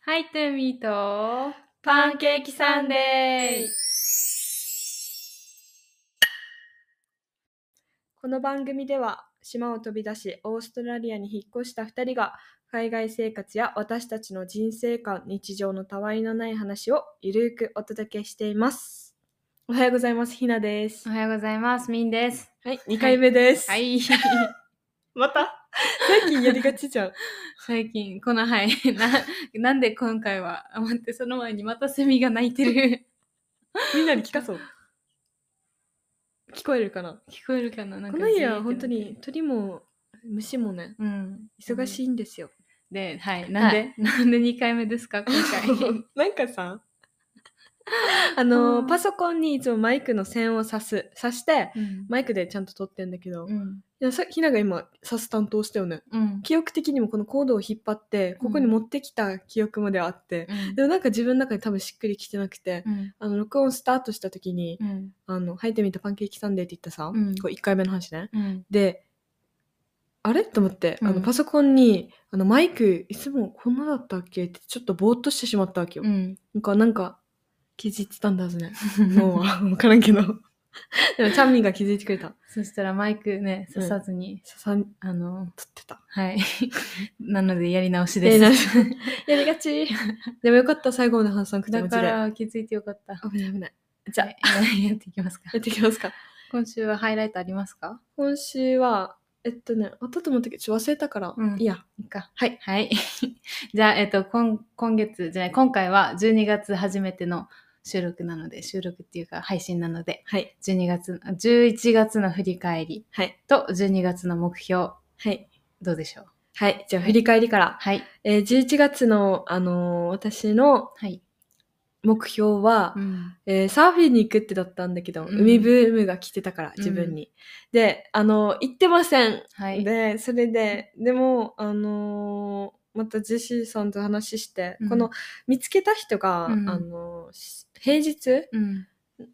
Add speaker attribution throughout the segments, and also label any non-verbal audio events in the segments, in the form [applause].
Speaker 1: ハイトゥーミーと
Speaker 2: パンケーキサンデーこの番組では島を飛び出しオーストラリアに引っ越した2人が海外生活や私たちの人生観日常のたわいのない話をゆるくお届けしていますおはようございますひなです
Speaker 1: おはようございますみんです
Speaker 2: はい2回目です、
Speaker 1: はい
Speaker 2: また最近やりがちじゃん
Speaker 1: [laughs] 最近このはいななんで今回はあ待ってその前にまたセミが鳴いてる
Speaker 2: みんなに聞かそう聞こえるかな
Speaker 1: [laughs] 聞こえるかななんか
Speaker 2: この家は
Speaker 1: ジー
Speaker 2: 本
Speaker 1: ってなって
Speaker 2: 当に鳥も虫もね
Speaker 1: うん
Speaker 2: 忙しい
Speaker 1: [laughs]
Speaker 2: んですよ
Speaker 1: ではいなんで、
Speaker 2: はい
Speaker 1: [laughs] なんで2回目ですか今 [laughs] 回
Speaker 2: なんかさ、 [laughs] あの
Speaker 1: うん
Speaker 2: パソコンにいつもマイクの線を挿す、挿して、
Speaker 1: うん
Speaker 2: マイクでちゃんと撮ってんだけど、い
Speaker 1: うん
Speaker 2: やさひなが今、挿す担当したよね。
Speaker 1: うん
Speaker 2: 記憶的にもこのコードを引っ張って、ここに持ってきた記憶まではあって、
Speaker 1: うん
Speaker 2: でもなんか自分の中に多分しっくりきてなくて、
Speaker 1: うん
Speaker 2: あの、録音スタートした時に、
Speaker 1: うん
Speaker 2: あの、入ってみたパンケーキサンデーって言ったさ、
Speaker 1: うん
Speaker 2: こう1回目の話ね。
Speaker 1: うん
Speaker 2: で、あれと思って、あ
Speaker 1: う
Speaker 2: の、
Speaker 1: ん
Speaker 2: パソコンに、あの、マイク、いつもこんなだったっけって、ちょっとぼーっとしてしまったわけよ。
Speaker 1: うん
Speaker 2: なんか、なんか、気づいてたんだはず [laughs] ね。もう、わからんけど。 [laughs] でも、チャンミンが気づいてくれた。
Speaker 1: そしたらマイクね刺さずに、
Speaker 2: ささん、
Speaker 1: あの
Speaker 2: 撮ってた。
Speaker 1: はい [laughs] なのでやり直し
Speaker 2: やり
Speaker 1: で
Speaker 2: 直
Speaker 1: す
Speaker 2: しやりがち。 [laughs] でもよかった、最後まで話さなくて
Speaker 1: だ
Speaker 2: も
Speaker 1: か
Speaker 2: ちで。
Speaker 1: ら [laughs] 気づいてよかった
Speaker 2: 危ない危ない。じゃあ、や
Speaker 1: はいやっていきますか。
Speaker 2: っていきますか。
Speaker 1: [laughs] 今週はハイライトありますか
Speaker 2: 今週は、えっとね、あったと思ったけど、ちょっと忘れたから、
Speaker 1: うん
Speaker 2: いいや。
Speaker 1: いいか。
Speaker 2: はい。
Speaker 1: はい。じゃあ、えっと、今今月じゃない、今回は12月初めての収録なので、収録っていうか配信なので、
Speaker 2: はい。
Speaker 1: 12月、あ11月の振り返り
Speaker 2: はい。
Speaker 1: と12月の目標、
Speaker 2: はい。
Speaker 1: どうでしょう
Speaker 2: はい。じゃあ、振り返りから。
Speaker 1: はい。
Speaker 2: えー、11月の、あのー私の
Speaker 1: はい。
Speaker 2: 目標は、
Speaker 1: うん。
Speaker 2: えーサーフィンに行くってだったんだけど、
Speaker 1: うん
Speaker 2: 海ブームが来てたから、自分に。で、あのー行ってません。
Speaker 1: はい。
Speaker 2: で、それで、でも、あのーまたジェシーさんと話して、
Speaker 1: うん
Speaker 2: この見つけた人が、
Speaker 1: うん
Speaker 2: あのーし平日、
Speaker 1: うん。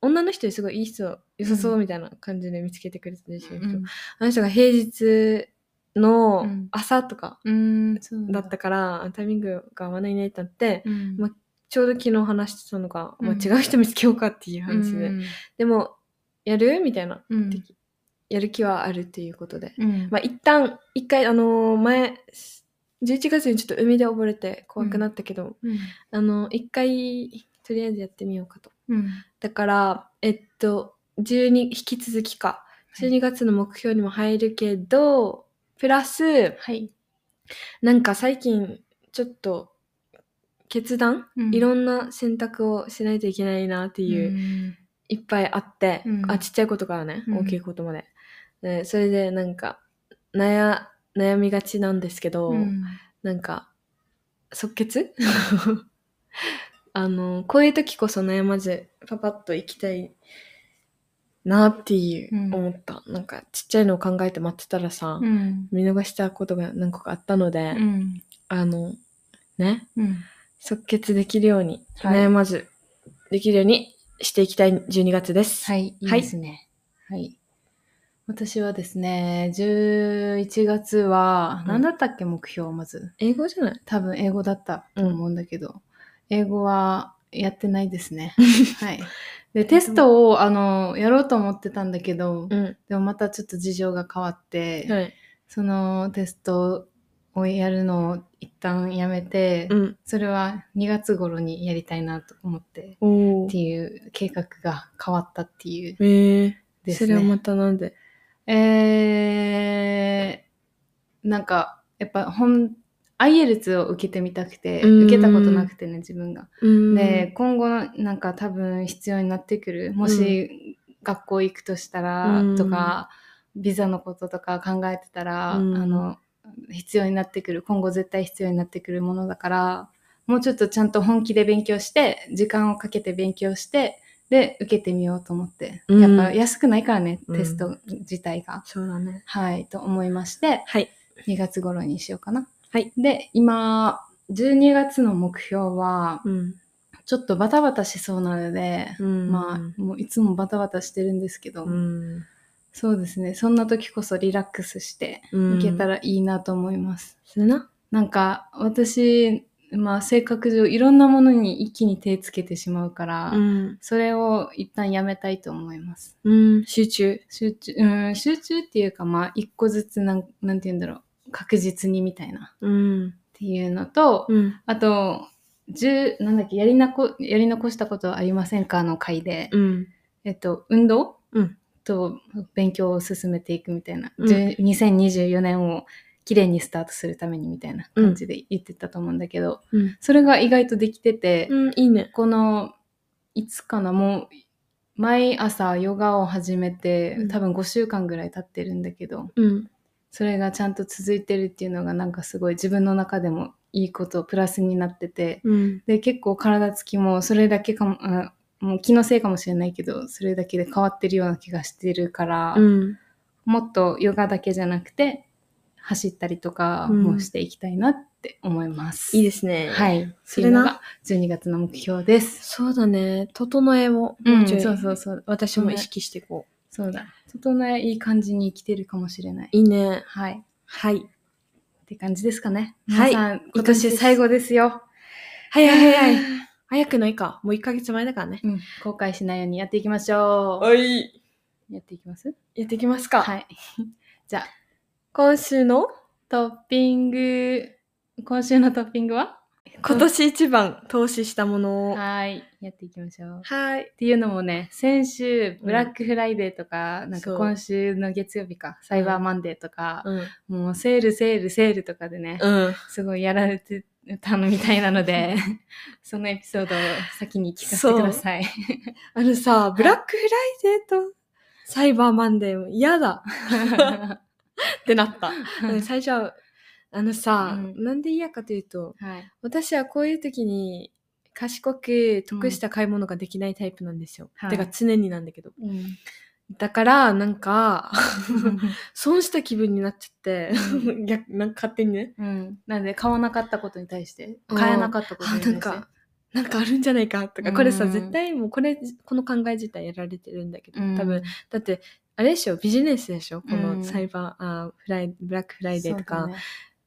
Speaker 2: 女の人ですごいいい人、良さそうみたいな感じで見つけてくれたジェシーの人。
Speaker 1: うん
Speaker 2: あの人が平日
Speaker 1: う
Speaker 2: の
Speaker 1: ん
Speaker 2: 朝とか
Speaker 1: うん。そうなん
Speaker 2: だったから、タイミングが合わないねってなって、
Speaker 1: うん。
Speaker 2: まちょうど昨日話してたのが、まあ、
Speaker 1: うん
Speaker 2: 違う人見つけようかっていう話で、でも、やるみたいな。
Speaker 1: うん。
Speaker 2: 的やる気はあるっていうことで。
Speaker 1: うん。
Speaker 2: まあ、一旦、一回、あのー前、11月にちょっと海で溺れて怖くなったけど、
Speaker 1: うん。
Speaker 2: あの、一回、とりあえずやってみようかと。
Speaker 1: うん。
Speaker 2: だから、えっと、12、引き続きか。12月の目標にも入るけど、プラス、
Speaker 1: はい。
Speaker 2: なんか最近、ちょっと、決断、
Speaker 1: うん
Speaker 2: いろんな選択をしないといけないなっていう、
Speaker 1: うん。
Speaker 2: いっぱいあって、
Speaker 1: うん
Speaker 2: あちっちゃいことからね、
Speaker 1: うん
Speaker 2: 大きいことまででそれでなんか悩悩みがちなんですけど、
Speaker 1: うん
Speaker 2: なんか即決 [laughs] あのこういう時こそ悩まずパパッと行きたいなっていう
Speaker 1: うん
Speaker 2: 思った、なんかちっちゃいのを考えて待ってたらさ、
Speaker 1: うん。
Speaker 2: 見逃したことが何個かあったので、
Speaker 1: うん。
Speaker 2: あのね
Speaker 1: うん。
Speaker 2: 即決できるように、
Speaker 1: はい
Speaker 2: 悩まずできるようにしていきたい12月です。
Speaker 1: はい、いい
Speaker 2: はい
Speaker 1: ですね。はい。私はですね、11月は、
Speaker 2: うん
Speaker 1: 何だったっけ、目標、まず。
Speaker 2: 英語じゃない
Speaker 1: 多分、英語だったと思うんだけど、英語はやってないです [laughs] ね。はい。で、テストを、あの、やろうと思ってたんだけど、
Speaker 2: うん。
Speaker 1: でもまたちょっと事情が変わって、
Speaker 2: はい。
Speaker 1: そのテストをやるのを一旦やめて、
Speaker 2: うん。
Speaker 1: それは2月頃にやりたいなと思って、
Speaker 2: お
Speaker 1: っていう計画が変わったっていう
Speaker 2: ええ
Speaker 1: で
Speaker 2: そ
Speaker 1: す
Speaker 2: れ
Speaker 1: ね。
Speaker 2: はまたなんで
Speaker 1: えー、なんか、やっぱ本、IELTS を受けてみたくて、
Speaker 2: うん
Speaker 1: 受けたことなくてね、自分が。
Speaker 2: うん
Speaker 1: で、今後の、なんか多分必要になってくる。もし、学校行くとしたら
Speaker 2: うん、
Speaker 1: とか、ビザのこととか考えてたら、
Speaker 2: うん
Speaker 1: あの、必要になってくる、今後絶対必要になってくるものだから、もうちょっとちゃんと本気で勉強して、時間をかけて勉強して、で、受けてみようと思って。
Speaker 2: うん
Speaker 1: やっぱ安くないからね、
Speaker 2: うん
Speaker 1: テスト自体が。
Speaker 2: そうだね。
Speaker 1: はい、と思いまして、
Speaker 2: はい。
Speaker 1: 2月頃にしようかな。
Speaker 2: はい。
Speaker 1: で、今、12月の目標は、
Speaker 2: うん。
Speaker 1: ちょっとバタバタしそうなので、
Speaker 2: うん
Speaker 1: まあ、もういつもバタバタしてるんですけど、
Speaker 2: うん。
Speaker 1: そうですね、そんな時こそリラックスして
Speaker 2: うん
Speaker 1: いけたらいいなと思います。
Speaker 2: それな。
Speaker 1: なんか、私、まあ、性格上いろんなものに一気に手つけてしまうから、
Speaker 2: うん、
Speaker 1: それを一旦やめたいと思います。
Speaker 2: うん、集中。
Speaker 1: 集中、うん、集中っていうか、まあ、一個ずつなん、なんて言うんだろう、確実にみたいな、っ
Speaker 2: うん、
Speaker 1: ていうのと、
Speaker 2: うん、
Speaker 1: あと、十、なんだっけ、やりなこ、やり残したことはありませんかの回で、
Speaker 2: うん、
Speaker 1: えっと、運動、
Speaker 2: うん
Speaker 1: と、勉強を進めていくみたいな、
Speaker 2: うん
Speaker 1: じゅ2024年を綺麗にスタートするためにみたいな感じで言ってたと思うんだけど、
Speaker 2: うん、
Speaker 1: それが意外とできてて、
Speaker 2: うん、いいね。
Speaker 1: この、いつかな、もう、毎朝ヨガを始めて、
Speaker 2: うん
Speaker 1: 多分5週間ぐらい経ってるんだけど、
Speaker 2: うん、
Speaker 1: それがちゃんと続いてるっていうのがなんかすごい自分の中でもいいこと、プラスになってて、
Speaker 2: うん、
Speaker 1: で、結構体つきもそれだけかも、あもう気のせいかもしれないけど、それだけで変わってるような気がしてるから、
Speaker 2: うん、
Speaker 1: もっとヨガだけじゃなくて、走ったりとかもしていきたいなって思います。
Speaker 2: いいですね。い。
Speaker 1: はい。
Speaker 2: それな
Speaker 1: っていうのが12月の目標です。
Speaker 2: そうだね。整えを、
Speaker 1: うん、
Speaker 2: もちょい
Speaker 1: そうそうそう。
Speaker 2: 私も意識していこ。。
Speaker 1: そうだ。整えいい感じに生きてるかもしれないう
Speaker 2: いいね。
Speaker 1: はい。
Speaker 2: はい。
Speaker 1: って感じですかね。
Speaker 2: は
Speaker 1: 皆
Speaker 2: い
Speaker 1: さん、今
Speaker 2: いい感じ
Speaker 1: 年
Speaker 2: です
Speaker 1: 最後ですよ。
Speaker 2: 早い早い。 [laughs] 早くないか。もう1ヶ月前だからね。
Speaker 1: うん。後悔しないようにやっていきましょう。
Speaker 2: はい。
Speaker 1: やっていきます
Speaker 2: やっていきますか。
Speaker 1: はい。じゃあ、
Speaker 2: 今週の
Speaker 1: トッピング、今週のトッピングは
Speaker 2: 今年一番投資したものを。
Speaker 1: はい。やっていきましょう。
Speaker 2: はい。
Speaker 1: っていうのもね、先週、ブラックフライデーとか、なん
Speaker 2: そ
Speaker 1: か
Speaker 2: う
Speaker 1: 今週の月曜日か、サイバーマンデーとか、
Speaker 2: うん。
Speaker 1: もうセールセールセールとかでね、
Speaker 2: うん。
Speaker 1: すごいやられてたのみたいなの
Speaker 2: [laughs]
Speaker 1: で、そのエピソードを先に聞かせてください。
Speaker 2: あのさ、ブラックフライデーとサイバーマンデーも嫌だってなった。 [laughs]
Speaker 1: [laughs]
Speaker 2: うん最初は、あのさ、
Speaker 1: うん
Speaker 2: なんで嫌かというと、
Speaker 1: はい。
Speaker 2: 私はこういう時に賢く得した買い物ができないタイプなんですよ。
Speaker 1: はい
Speaker 2: てか常になんだけど。
Speaker 1: うん。
Speaker 2: だから、なん [laughs] か、損した気分になっちゃって、 [laughs] 逆、なんか勝手にね、
Speaker 1: うん。 [laughs] なんで、買わなかったことに対して、買えなかったこと
Speaker 2: あ、
Speaker 1: に対
Speaker 2: な
Speaker 1: して。
Speaker 2: んか、なんかあるんじゃないかとか、これさ、
Speaker 1: うん
Speaker 2: 絶対もうこれ、この考え自体やられてるんだけど、
Speaker 1: うん、
Speaker 2: 多分、だって、あれでしょ、ビジネスでしょ、こ
Speaker 1: うん
Speaker 2: のサイバー、あーフライ、ブラックフライデーと
Speaker 1: そ
Speaker 2: か、
Speaker 1: うだね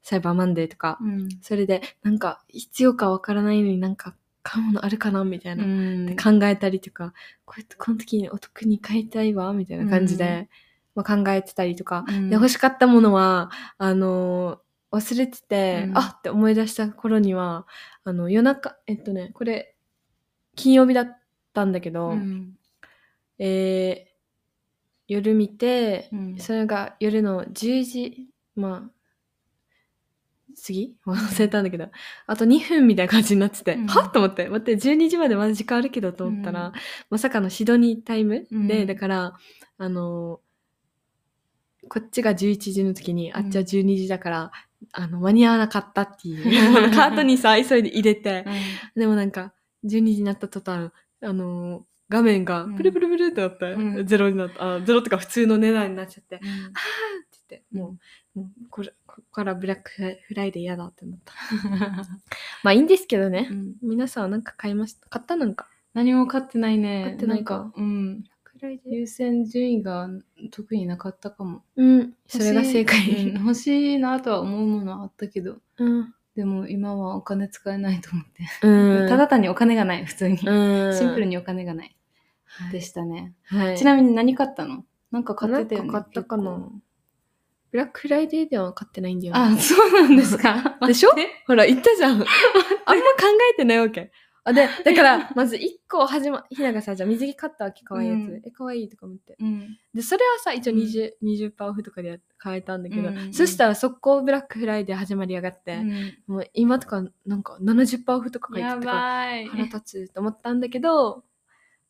Speaker 2: サイバーマンデーとか、
Speaker 1: うん
Speaker 2: それで、なんか、必要かわからないのになんか、買うものあるかなみたいな。
Speaker 1: うん。
Speaker 2: で考えたりとか、こうやってこの時にお得に買いたいわ、みたいな感じで、まあ、考えてたりとか、
Speaker 1: うん
Speaker 2: で、欲しかったものは、あのー忘れてて、
Speaker 1: うん
Speaker 2: あって思い出した頃には、あの、夜中、えっとね、これ、金曜日だったんだけど、
Speaker 1: うん
Speaker 2: えー夜見て、
Speaker 1: うん
Speaker 2: それが夜の10時、まあ、次 [laughs] 忘れたんだけど、あと2分みたいな感じになってて、
Speaker 1: うん
Speaker 2: はっと思って、待って、12時までまだ時間あるけどと思ったら、
Speaker 1: うん
Speaker 2: まさかのシドニータイム、
Speaker 1: うん
Speaker 2: で、だから、あのーこっちが11時の時に、あっちは12時だから、あの、間に合わなかったっていう、 [laughs] カートにさ、急いで入れて、でもなんか、12時になった途端、あのー画面が
Speaker 1: うん
Speaker 2: プルプルプルってなって、
Speaker 1: うん
Speaker 2: ゼロになった、あゼロとか普通の値段になっちゃって、って
Speaker 1: うん
Speaker 2: 言って、もう、もうこれ、ここからブラックフライデー嫌だってなった。 [laughs] まあいいんですけど [laughs] ね。
Speaker 1: うん
Speaker 2: 皆さんはなんか買いました買ったなんか。
Speaker 1: 何も買ってないね。
Speaker 2: 買ってないか
Speaker 1: ん。うん。
Speaker 2: フライデー。
Speaker 1: 優先順位が特になかったかも。
Speaker 2: うん。それが
Speaker 1: 欲しい
Speaker 2: 正解。
Speaker 1: [laughs] うん欲しいなとは思うものはあったけど、
Speaker 2: うん。
Speaker 1: でも今はお金使えないと思って。
Speaker 2: う
Speaker 1: [laughs]
Speaker 2: ん。
Speaker 1: ただ単にお金がない、普通に。
Speaker 2: うん、
Speaker 1: シンプル
Speaker 2: に。
Speaker 1: にお金がない。でしたね。
Speaker 2: はい。
Speaker 1: ちなみに何買ったのなんか買
Speaker 2: な
Speaker 1: っ
Speaker 2: ん
Speaker 1: てたよ
Speaker 2: か
Speaker 1: ね。
Speaker 2: 買ったかな
Speaker 1: 結構。
Speaker 2: ブラックフライデーでは買ってないんだよね。
Speaker 1: あ、そうなんですか
Speaker 2: でしょ
Speaker 1: 待って
Speaker 2: ほら、言ったじゃん。あんま考えてないわけ。あで、だ
Speaker 1: [laughs]
Speaker 2: から、まず1個始ま、ひながさ、じゃあ水着買ったわけ、可愛いやつ。
Speaker 1: うん
Speaker 2: え、可愛いとか思っ
Speaker 1: [laughs]
Speaker 2: て。
Speaker 1: うん。
Speaker 2: で、それはさ、一応
Speaker 1: うん
Speaker 2: 20%,、20オフとかでや買えたんだけど、
Speaker 1: うんうんうん
Speaker 2: そしたら速攻ブラックフライデー始まりやがって、もう今とかなんか70%オフとか
Speaker 1: うん
Speaker 2: 書いて
Speaker 1: や
Speaker 2: たから、
Speaker 1: ばい。
Speaker 2: 腹立つと思ったんだけど、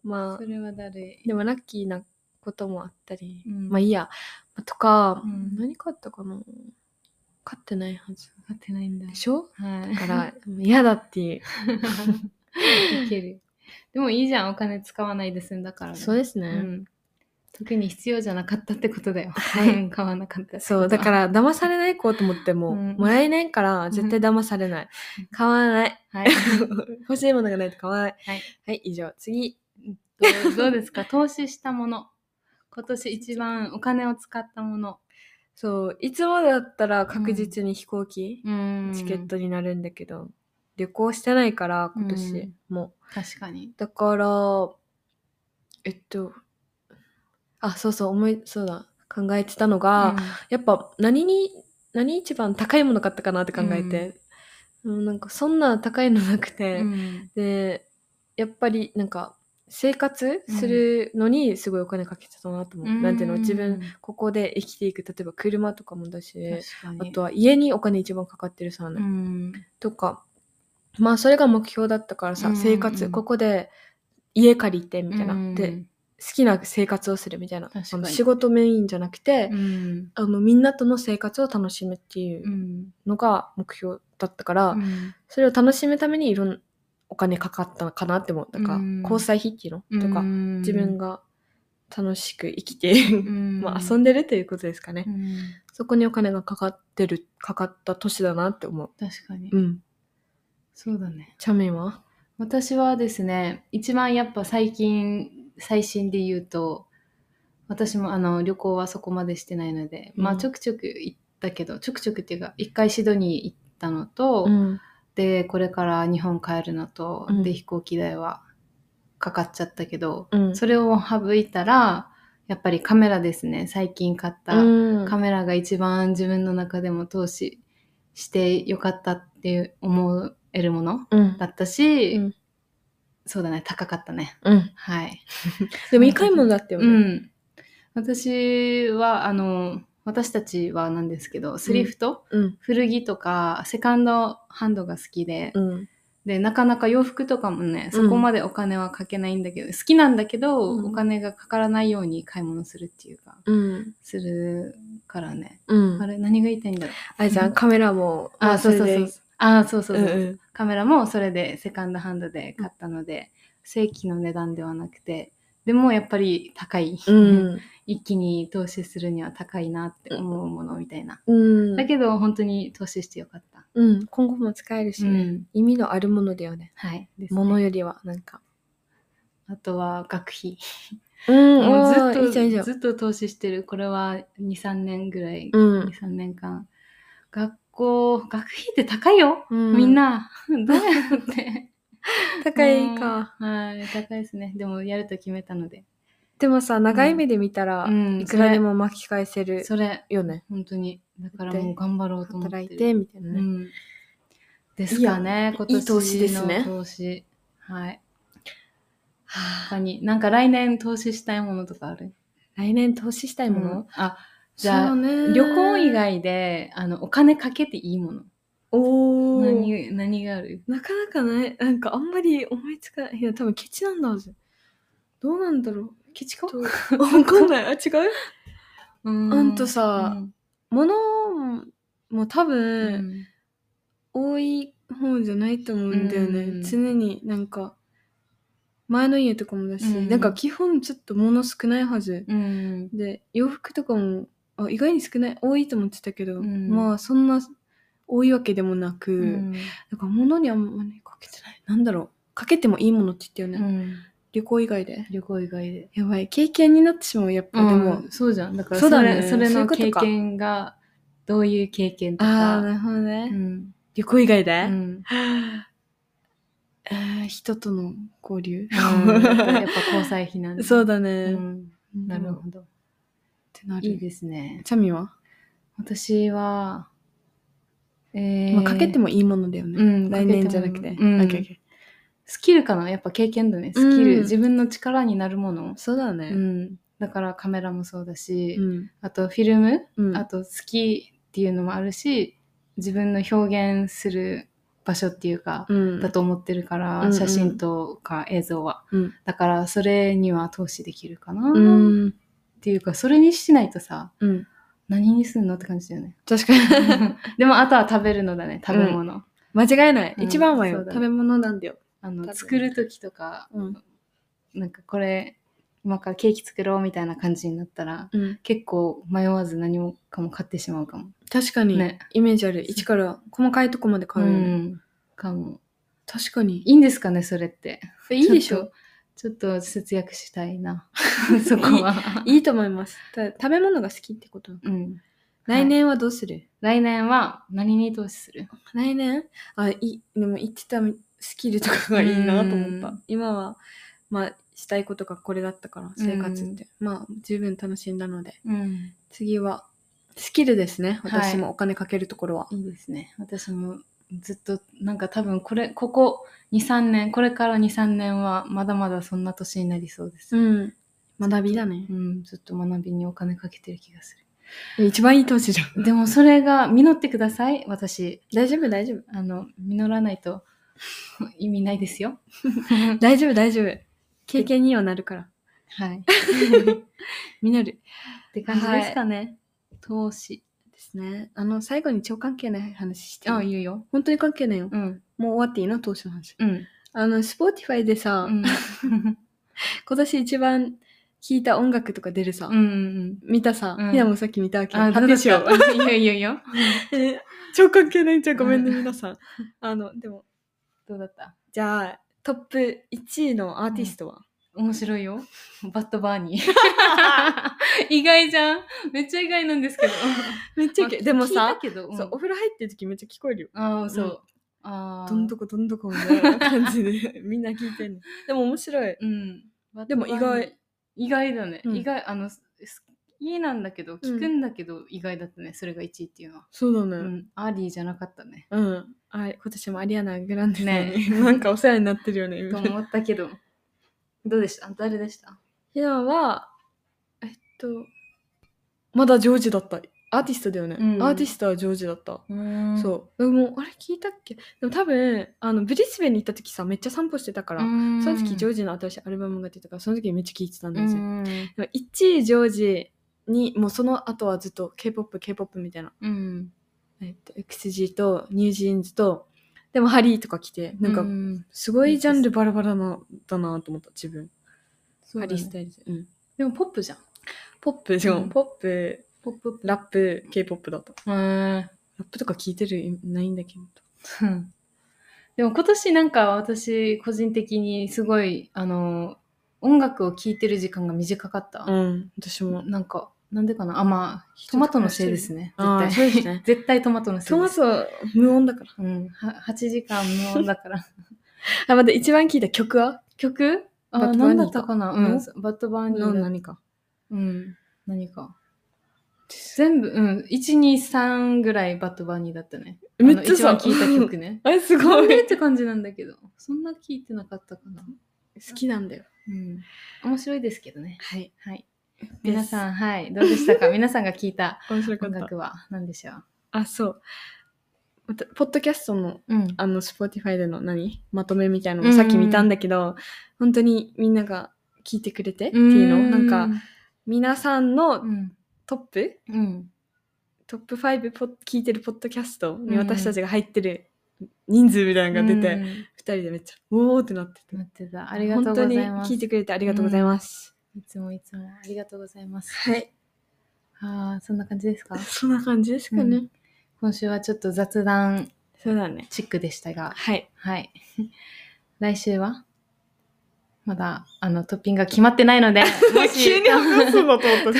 Speaker 2: ま
Speaker 1: そ
Speaker 2: あ、
Speaker 1: れはだるい。
Speaker 2: でもラッキーなこともあったり、
Speaker 1: うん
Speaker 2: まあいいや。とか、
Speaker 1: うん
Speaker 2: 何買ったかな買ってないはず。
Speaker 1: 買ってないんだ
Speaker 2: で。しょ
Speaker 1: はい。
Speaker 2: だから、 [laughs] もう嫌だっていう。
Speaker 1: いける。 [laughs] でもいいじゃん、お金使わないで済んだからね。
Speaker 2: そうですね。
Speaker 1: うん。特に必要じゃなかったってことだよ。
Speaker 2: はい
Speaker 1: うん [laughs] 買わなかった。。
Speaker 2: そう、だからら、騙されない子と思っても、
Speaker 1: うん
Speaker 2: もらえないから、絶対騙されない。買わない。
Speaker 1: はい。
Speaker 2: [laughs] 欲しいものがないと買わない。
Speaker 1: はい。
Speaker 2: はい、以上。次。
Speaker 1: どうどうですか投資したもの。今年一番お金を使ったもの。
Speaker 2: そう、いつもだったら確実に飛行機、
Speaker 1: うん
Speaker 2: チケットになるんだけど、旅行してないから、今
Speaker 1: う
Speaker 2: 年
Speaker 1: ん
Speaker 2: も。
Speaker 1: 確かに。
Speaker 2: だから、えっと、あ、そうそう、思い、そうだ、考えてたのが、やっぱ何に、何一番高いもの買ったかなって考えて、うん、なんかそんな高いのなく
Speaker 1: う
Speaker 2: て、
Speaker 1: ん、
Speaker 2: で、やっぱりなんか生活するのにすごいお金かけてたなと思う。なんていうの、自分、ここで生きていく、例えば車とかもだし、
Speaker 1: 確か
Speaker 2: あ
Speaker 1: に、
Speaker 2: とは家にお金一番かかってるさ、
Speaker 1: うん、
Speaker 2: とかまあそれが目標だったからさ、
Speaker 1: うんうんうん
Speaker 2: 生活ここで家借りてみたいな、
Speaker 1: うん
Speaker 2: で、好きな生活をするみたいな
Speaker 1: 確か
Speaker 2: あ
Speaker 1: に
Speaker 2: の仕事メインじゃなくて、
Speaker 1: うん
Speaker 2: あのみんなとの生活を楽しむっていううんのが目標だったから、
Speaker 1: うん
Speaker 2: それを楽しむためにいろんなお金かかったのかなって思うだから、
Speaker 1: うん
Speaker 2: 交際費っていうのとか、
Speaker 1: うん
Speaker 2: 自分が楽しく生きて、
Speaker 1: うん
Speaker 2: まあ遊んでるということですかね、
Speaker 1: うん
Speaker 2: そこにお金がかかってるかかった年だなって思
Speaker 1: 確かに、
Speaker 2: ううん
Speaker 1: そうだね
Speaker 2: チャメンは
Speaker 1: 私はですね一番やっぱ最近最新で言うと私もあの旅行はそこまでしてないので、
Speaker 2: うん
Speaker 1: まあちょくちょく行ったけどちょくちょくっていうか一回シドニー行ったのと、
Speaker 2: うん
Speaker 1: でこれから日本帰るのと、
Speaker 2: うん
Speaker 1: で飛行機代はかかっちゃったけど、
Speaker 2: うん
Speaker 1: それを省いたらやっぱりカメラですね最近買った、
Speaker 2: うん
Speaker 1: カメラが一番自分の中でも投資してよかったって思えるもの
Speaker 2: うん
Speaker 1: だったし、
Speaker 2: うん
Speaker 1: そうだね高かったね
Speaker 2: うん、
Speaker 1: はい、
Speaker 2: でもいい買い物だってよ
Speaker 1: う
Speaker 2: ね。
Speaker 1: ん、私はあの私たちはなんですけどスリフト、
Speaker 2: うん。
Speaker 1: 古着とかセカンドハンドが好きで、
Speaker 2: うん。
Speaker 1: でなかなか洋服とかもね
Speaker 2: うん
Speaker 1: そこまでお金はかけないんだけど、好きなんだけど、
Speaker 2: うん
Speaker 1: お金がかからないように買い物するっていうか
Speaker 2: うん。
Speaker 1: するからね、
Speaker 2: うん。
Speaker 1: あ
Speaker 2: あれ
Speaker 1: れ何が言いたいんだろう
Speaker 2: あれじゃん、カメラも。
Speaker 1: あそうそうそうあそう
Speaker 2: そ
Speaker 1: そううそう、
Speaker 2: ん
Speaker 1: カメラもそれでセカンドハンドで買ったので、正規の値段ではなくてでもやっぱり高い、
Speaker 2: うん。
Speaker 1: [laughs] 一気に投資するには高いなって思うものみたいな、
Speaker 2: うん。
Speaker 1: だけど本当に投資してよかった、
Speaker 2: うん。今後も使えるしね、
Speaker 1: うん
Speaker 2: 意味のあるものだよね。
Speaker 1: はいですね
Speaker 2: ものよりは、なんか。
Speaker 1: あとは学費
Speaker 2: うん
Speaker 1: もうずっと
Speaker 2: いいじゃん、いいじゃん
Speaker 1: ず。っと投資してるこれは23年ぐらい、
Speaker 2: うん。
Speaker 1: 23年間学校学費って高いよ、
Speaker 2: うん
Speaker 1: みん。な [laughs] どうやって
Speaker 2: 高いか。
Speaker 1: うんはい高いですねでもやると決めたので
Speaker 2: でもさ、長い目で見たら、
Speaker 1: うん
Speaker 2: いくらでも巻き返せる
Speaker 1: それ
Speaker 2: よね。
Speaker 1: 本当にだからもう頑張ろうと思ってる
Speaker 2: 働いて、みたいうなね。
Speaker 1: ん、ですかね今年の
Speaker 2: いい投資ですね
Speaker 1: 投資はい
Speaker 2: はあ
Speaker 1: 他になんか来年投資したいものとかある
Speaker 2: 来年投資したいも
Speaker 1: うん
Speaker 2: の
Speaker 1: あじゃあ
Speaker 2: そうね
Speaker 1: 旅行以外であのお金かけていいもの
Speaker 2: おー
Speaker 1: 何何がある
Speaker 2: なかなかない、なんかあんまり思いつかない。いや、多分ケチなんだろう。どうなんだろう。 [laughs] ケチかわかんない。あ、違う
Speaker 1: う
Speaker 2: あんとさ、物も多
Speaker 1: う
Speaker 2: 分、
Speaker 1: ん
Speaker 2: 多い方じゃないと思うんだよね。
Speaker 1: うん
Speaker 2: 常になんか、前の家とかもだし、
Speaker 1: うん
Speaker 2: なんか基本ちょっと物少ないはず。
Speaker 1: うん
Speaker 2: で、洋服とかも、あ意外に少ない、多いと思ってたけど、
Speaker 1: うん
Speaker 2: まあそんな多いわけでもなく、なんか物にあんまりかけてない。なんだろう。かけてもいいものって言ったよね。
Speaker 1: うん
Speaker 2: 旅行以外で。
Speaker 1: 旅行以外で
Speaker 2: やばい。経験になってしまう、やっぱ。でも。
Speaker 1: うんそうじゃんだから
Speaker 2: そ
Speaker 1: そう
Speaker 2: だ
Speaker 1: れ
Speaker 2: ね
Speaker 1: それ
Speaker 2: そう
Speaker 1: の
Speaker 2: いうこと
Speaker 1: 経
Speaker 2: か
Speaker 1: 験がどういう経験と
Speaker 2: ああ、な
Speaker 1: か
Speaker 2: るほどね。
Speaker 1: うん
Speaker 2: 旅行以外で、
Speaker 1: う
Speaker 2: は
Speaker 1: ん
Speaker 2: あえー人との交流。
Speaker 1: うん
Speaker 2: [laughs]
Speaker 1: やっぱやっぱ交際費なんで
Speaker 2: そうだ
Speaker 1: う
Speaker 2: ね。っ
Speaker 1: んなるほど
Speaker 2: てなる。
Speaker 1: いいですね
Speaker 2: チャミは、
Speaker 1: 私はえ
Speaker 2: まあ、かけて
Speaker 1: も
Speaker 2: もいいものだよね。
Speaker 1: うん
Speaker 2: 来年じゃなくて。
Speaker 1: かけてもうん
Speaker 2: オッケーオッケー
Speaker 1: スキルかなやっぱ経験だねスキル、
Speaker 2: うん
Speaker 1: 自分の力になるもの、
Speaker 2: そうだ
Speaker 1: う
Speaker 2: ね。
Speaker 1: ん、だからカメラもそうだし、
Speaker 2: うん。
Speaker 1: あとフィルム、
Speaker 2: うん。
Speaker 1: あと好きっていうのもあるし自分の表現する場所っていうか、
Speaker 2: うん
Speaker 1: だと思ってるから、
Speaker 2: うんうん
Speaker 1: 写真とか映像は、
Speaker 2: うん
Speaker 1: だからそれには投資できるかな、
Speaker 2: う
Speaker 1: っ
Speaker 2: ん。
Speaker 1: ていうかそれにしないとさ
Speaker 2: うん。
Speaker 1: 何にすんのって感じだよね
Speaker 2: 確かに。
Speaker 1: でもあとは食べるのだね食べ物、
Speaker 2: 間違いない。
Speaker 1: うん
Speaker 2: 一番はよ、
Speaker 1: そうだね
Speaker 2: 食べ物なんだよ。
Speaker 1: あ
Speaker 2: 食
Speaker 1: の
Speaker 2: べる
Speaker 1: 作る時とか
Speaker 2: うん。
Speaker 1: なんかこれ今からケーキ作ろうみたいな感じになったら
Speaker 2: うん。
Speaker 1: 結構迷わず何もかも買ってしまうかも。
Speaker 2: 確かに、
Speaker 1: ね
Speaker 2: イメージある。一から細かいとこまで買うよね。
Speaker 1: ん、かも。
Speaker 2: 確かに。
Speaker 1: いいんですかねそれって。
Speaker 2: いいでしょ
Speaker 1: ちょっと。ちょっと節約
Speaker 2: [laughs]
Speaker 1: したいな。そこは。
Speaker 2: いいと思います。た食べ物が好きってこと。
Speaker 1: うん。
Speaker 2: 来年はどうする、
Speaker 1: 来年は何に投資する
Speaker 2: 来年あいでも言ってたスキルとかがいいなと思った
Speaker 1: うん
Speaker 2: 今はまあしたいことがこれだったから生活って、まあ十分楽しんだので
Speaker 1: うん。
Speaker 2: 次はスキルですね
Speaker 1: はい
Speaker 2: 私もお金かけるところは、
Speaker 1: いいですね。私もずっと、なんか多分これ、ここ2、3年、これから2、3年はまだまだそんな年になりそうです。
Speaker 2: うん学びだね
Speaker 1: う、ん、ずっと学びにお金かけてる気がす
Speaker 2: 一番いい投資じゃん
Speaker 1: る。でもそれが実ってください、私。
Speaker 2: [laughs] 大丈夫大丈夫
Speaker 1: あの、実らないと意味ないですよ。
Speaker 2: 大丈夫大丈夫経験にはなるから
Speaker 1: はい。っ
Speaker 2: 実る
Speaker 1: て感じですかね。投資。
Speaker 2: ですねあの最後に超関係ない話して
Speaker 1: あ、
Speaker 2: いい
Speaker 1: 言うよ。
Speaker 2: 本当に関係ないよ、
Speaker 1: うん。
Speaker 2: もう終わっていいの投資の話
Speaker 1: うん。
Speaker 2: あのスポーティファイ
Speaker 1: [laughs]
Speaker 2: でさ、
Speaker 1: うん。
Speaker 2: 今年一番聴いた音楽とか出るさ、
Speaker 1: うんうん。
Speaker 2: 見たさ、
Speaker 1: うん
Speaker 2: ひなもさっき見たわ
Speaker 1: [laughs]
Speaker 2: け。
Speaker 1: あ、
Speaker 2: 発
Speaker 1: どうで
Speaker 2: 表
Speaker 1: し
Speaker 2: し
Speaker 1: ょ
Speaker 2: よう。
Speaker 1: う。いいよいいよいいよ。
Speaker 2: え [laughs] 超関係ないんじゃん、ごめんね、
Speaker 1: うん
Speaker 2: 皆さん。あの、でも、
Speaker 1: どうだった
Speaker 2: じゃあ、トップ1位のアーティストは、
Speaker 1: 面白い
Speaker 2: [laughs]
Speaker 1: よ。バッドバーニー。 [laughs] 意外じゃん。めっちゃ意外なんですけど。
Speaker 2: めっ [laughs] ちゃいけ、
Speaker 1: まあ
Speaker 2: でも
Speaker 1: 聞いた
Speaker 2: さ、
Speaker 1: けど、うん
Speaker 2: そう、お風呂入ってる時めっちゃ聞こえるよ。
Speaker 1: ああ、そう。ああ。
Speaker 2: どんどこどんどこみたいな感
Speaker 1: [laughs]
Speaker 2: じで、みんな聞いてんの。でも面白い。
Speaker 1: うん。
Speaker 2: でも意外。
Speaker 1: 意外だね。
Speaker 2: うん
Speaker 1: 意外、あの、す好きなんだけど、聞くんだけど意外だったね。それが1位っていうのは。
Speaker 2: そうだ
Speaker 1: う
Speaker 2: ね。
Speaker 1: ん。アーリーじゃなかったね。
Speaker 2: うん。あ今年もアリアナ・グランデ
Speaker 1: ね
Speaker 2: ね、 [laughs] なんかお世話になってるよね、
Speaker 1: と
Speaker 2: 今。
Speaker 1: 思ったけ
Speaker 2: [laughs]
Speaker 1: ど。どうでした誰でした
Speaker 2: ひなは、えっと、まだジョージだった。アーティストだよね。
Speaker 1: うん
Speaker 2: アーティストはジョージだった。
Speaker 1: うんう。
Speaker 2: そう。でも、あれ聞いたっけでも多分、あの、ブリスベンに行った時さ、めっちゃ散歩してたから、その時ジョー
Speaker 1: 上
Speaker 2: ジの新しいアルバムが出たから、その時めっちゃ聴いてたん
Speaker 1: 手
Speaker 2: ですよ。でも1位ジョージに、もうその後はずっと K-POP、K-POP みたいな。
Speaker 1: うん。
Speaker 2: えっと、XG とニュージーンズと、でもハリーとか来て、なん
Speaker 1: う
Speaker 2: か、すごいジャンルバラバラな、だなと思った、自分。
Speaker 1: そう
Speaker 2: ハ
Speaker 1: だ
Speaker 2: リ
Speaker 1: ね
Speaker 2: ースタイルズ。うん。
Speaker 1: でもポップじゃん。
Speaker 2: ポップ、しか
Speaker 1: うん
Speaker 2: もポップ、
Speaker 1: ポップ。
Speaker 2: ラップ、K-POP だった。
Speaker 1: へえ。
Speaker 2: ラップとか聞いてる、ないんだけど。
Speaker 1: うん [laughs] でも今年なんか私個人的にすごいあの音楽を聴いてる時間が短かった、
Speaker 2: うん、私も。
Speaker 1: なんかなんでかなあまあトマトのせいですね
Speaker 2: あー
Speaker 1: 絶対
Speaker 2: そう [laughs] ですね
Speaker 1: [laughs] 絶対トマトのせ
Speaker 2: ト
Speaker 1: い
Speaker 2: マ
Speaker 1: です
Speaker 2: トは無音だから。
Speaker 1: うん、は8時間無音だから
Speaker 2: あ、まだ一番聴いた [laughs] 曲は
Speaker 1: 曲あ
Speaker 2: バッ
Speaker 1: ー
Speaker 2: ドバー
Speaker 1: 何だ
Speaker 2: ニーか
Speaker 1: ったかな、うん、バッドバーニー
Speaker 2: 何
Speaker 1: だ
Speaker 2: 何か。
Speaker 1: うん、何か全部うん123ぐらいバッドバーニーだったね
Speaker 2: めっちゃ
Speaker 1: あ
Speaker 2: さ
Speaker 1: の、一番聴いた。曲ね
Speaker 2: [laughs] あ、す
Speaker 1: な
Speaker 2: ご
Speaker 1: んで
Speaker 2: い。
Speaker 1: って感じなんだけどそんな聴いてなかったかな
Speaker 2: 好きなんだよ。
Speaker 1: うん、面白いですけどね。
Speaker 2: はい。
Speaker 1: はい。皆
Speaker 2: ん。
Speaker 1: さん、はい。どうでしたか [laughs] 皆さんが聞いた
Speaker 2: 面白か
Speaker 1: 音
Speaker 2: った。
Speaker 1: 楽は何でしょう
Speaker 2: あ、そう。またポッドキャストの、
Speaker 1: うん。
Speaker 2: あの、スポーティファイでの何まとめみたいなのもさっき見たんだけど、本当にみんなが聞いてくれてっていうのなんか、、皆さん
Speaker 1: う
Speaker 2: の
Speaker 1: ん。
Speaker 2: トップ、
Speaker 1: うん。
Speaker 2: トップ5ポッ聞いてるポッドキャスト
Speaker 1: う
Speaker 2: に
Speaker 1: ん
Speaker 2: 私たちが入ってる人数みたいなのが出
Speaker 1: うん
Speaker 2: て、。二人でめっちゃ、おーってなってて
Speaker 1: 待。ってた。ありがとうございま
Speaker 2: 本
Speaker 1: す。
Speaker 2: 当に聞いてくれてありがとうございます。
Speaker 1: いつもいつもありがとうございます。
Speaker 2: はい。
Speaker 1: ああ、そんな感じですか
Speaker 2: そんな感じですかね。
Speaker 1: う今週はちょっと雑談
Speaker 2: そうだね。
Speaker 1: チックでしたが、
Speaker 2: はい。
Speaker 1: はい。 [laughs] 来週はまだ、あの、トッピングが決まってないので、もし
Speaker 2: [laughs] 急に話すんだと
Speaker 1: [laughs]
Speaker 2: 思っ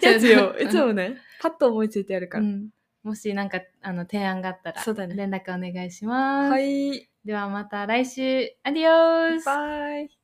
Speaker 2: た。やつよ。
Speaker 1: ちょ
Speaker 2: いつもね、パッと思いついてやるから。
Speaker 1: うんもしなんかあの提案があったら
Speaker 2: そうだね
Speaker 1: 連絡お願いします。
Speaker 2: はい。
Speaker 1: ではまた来週アディオース
Speaker 2: バイ。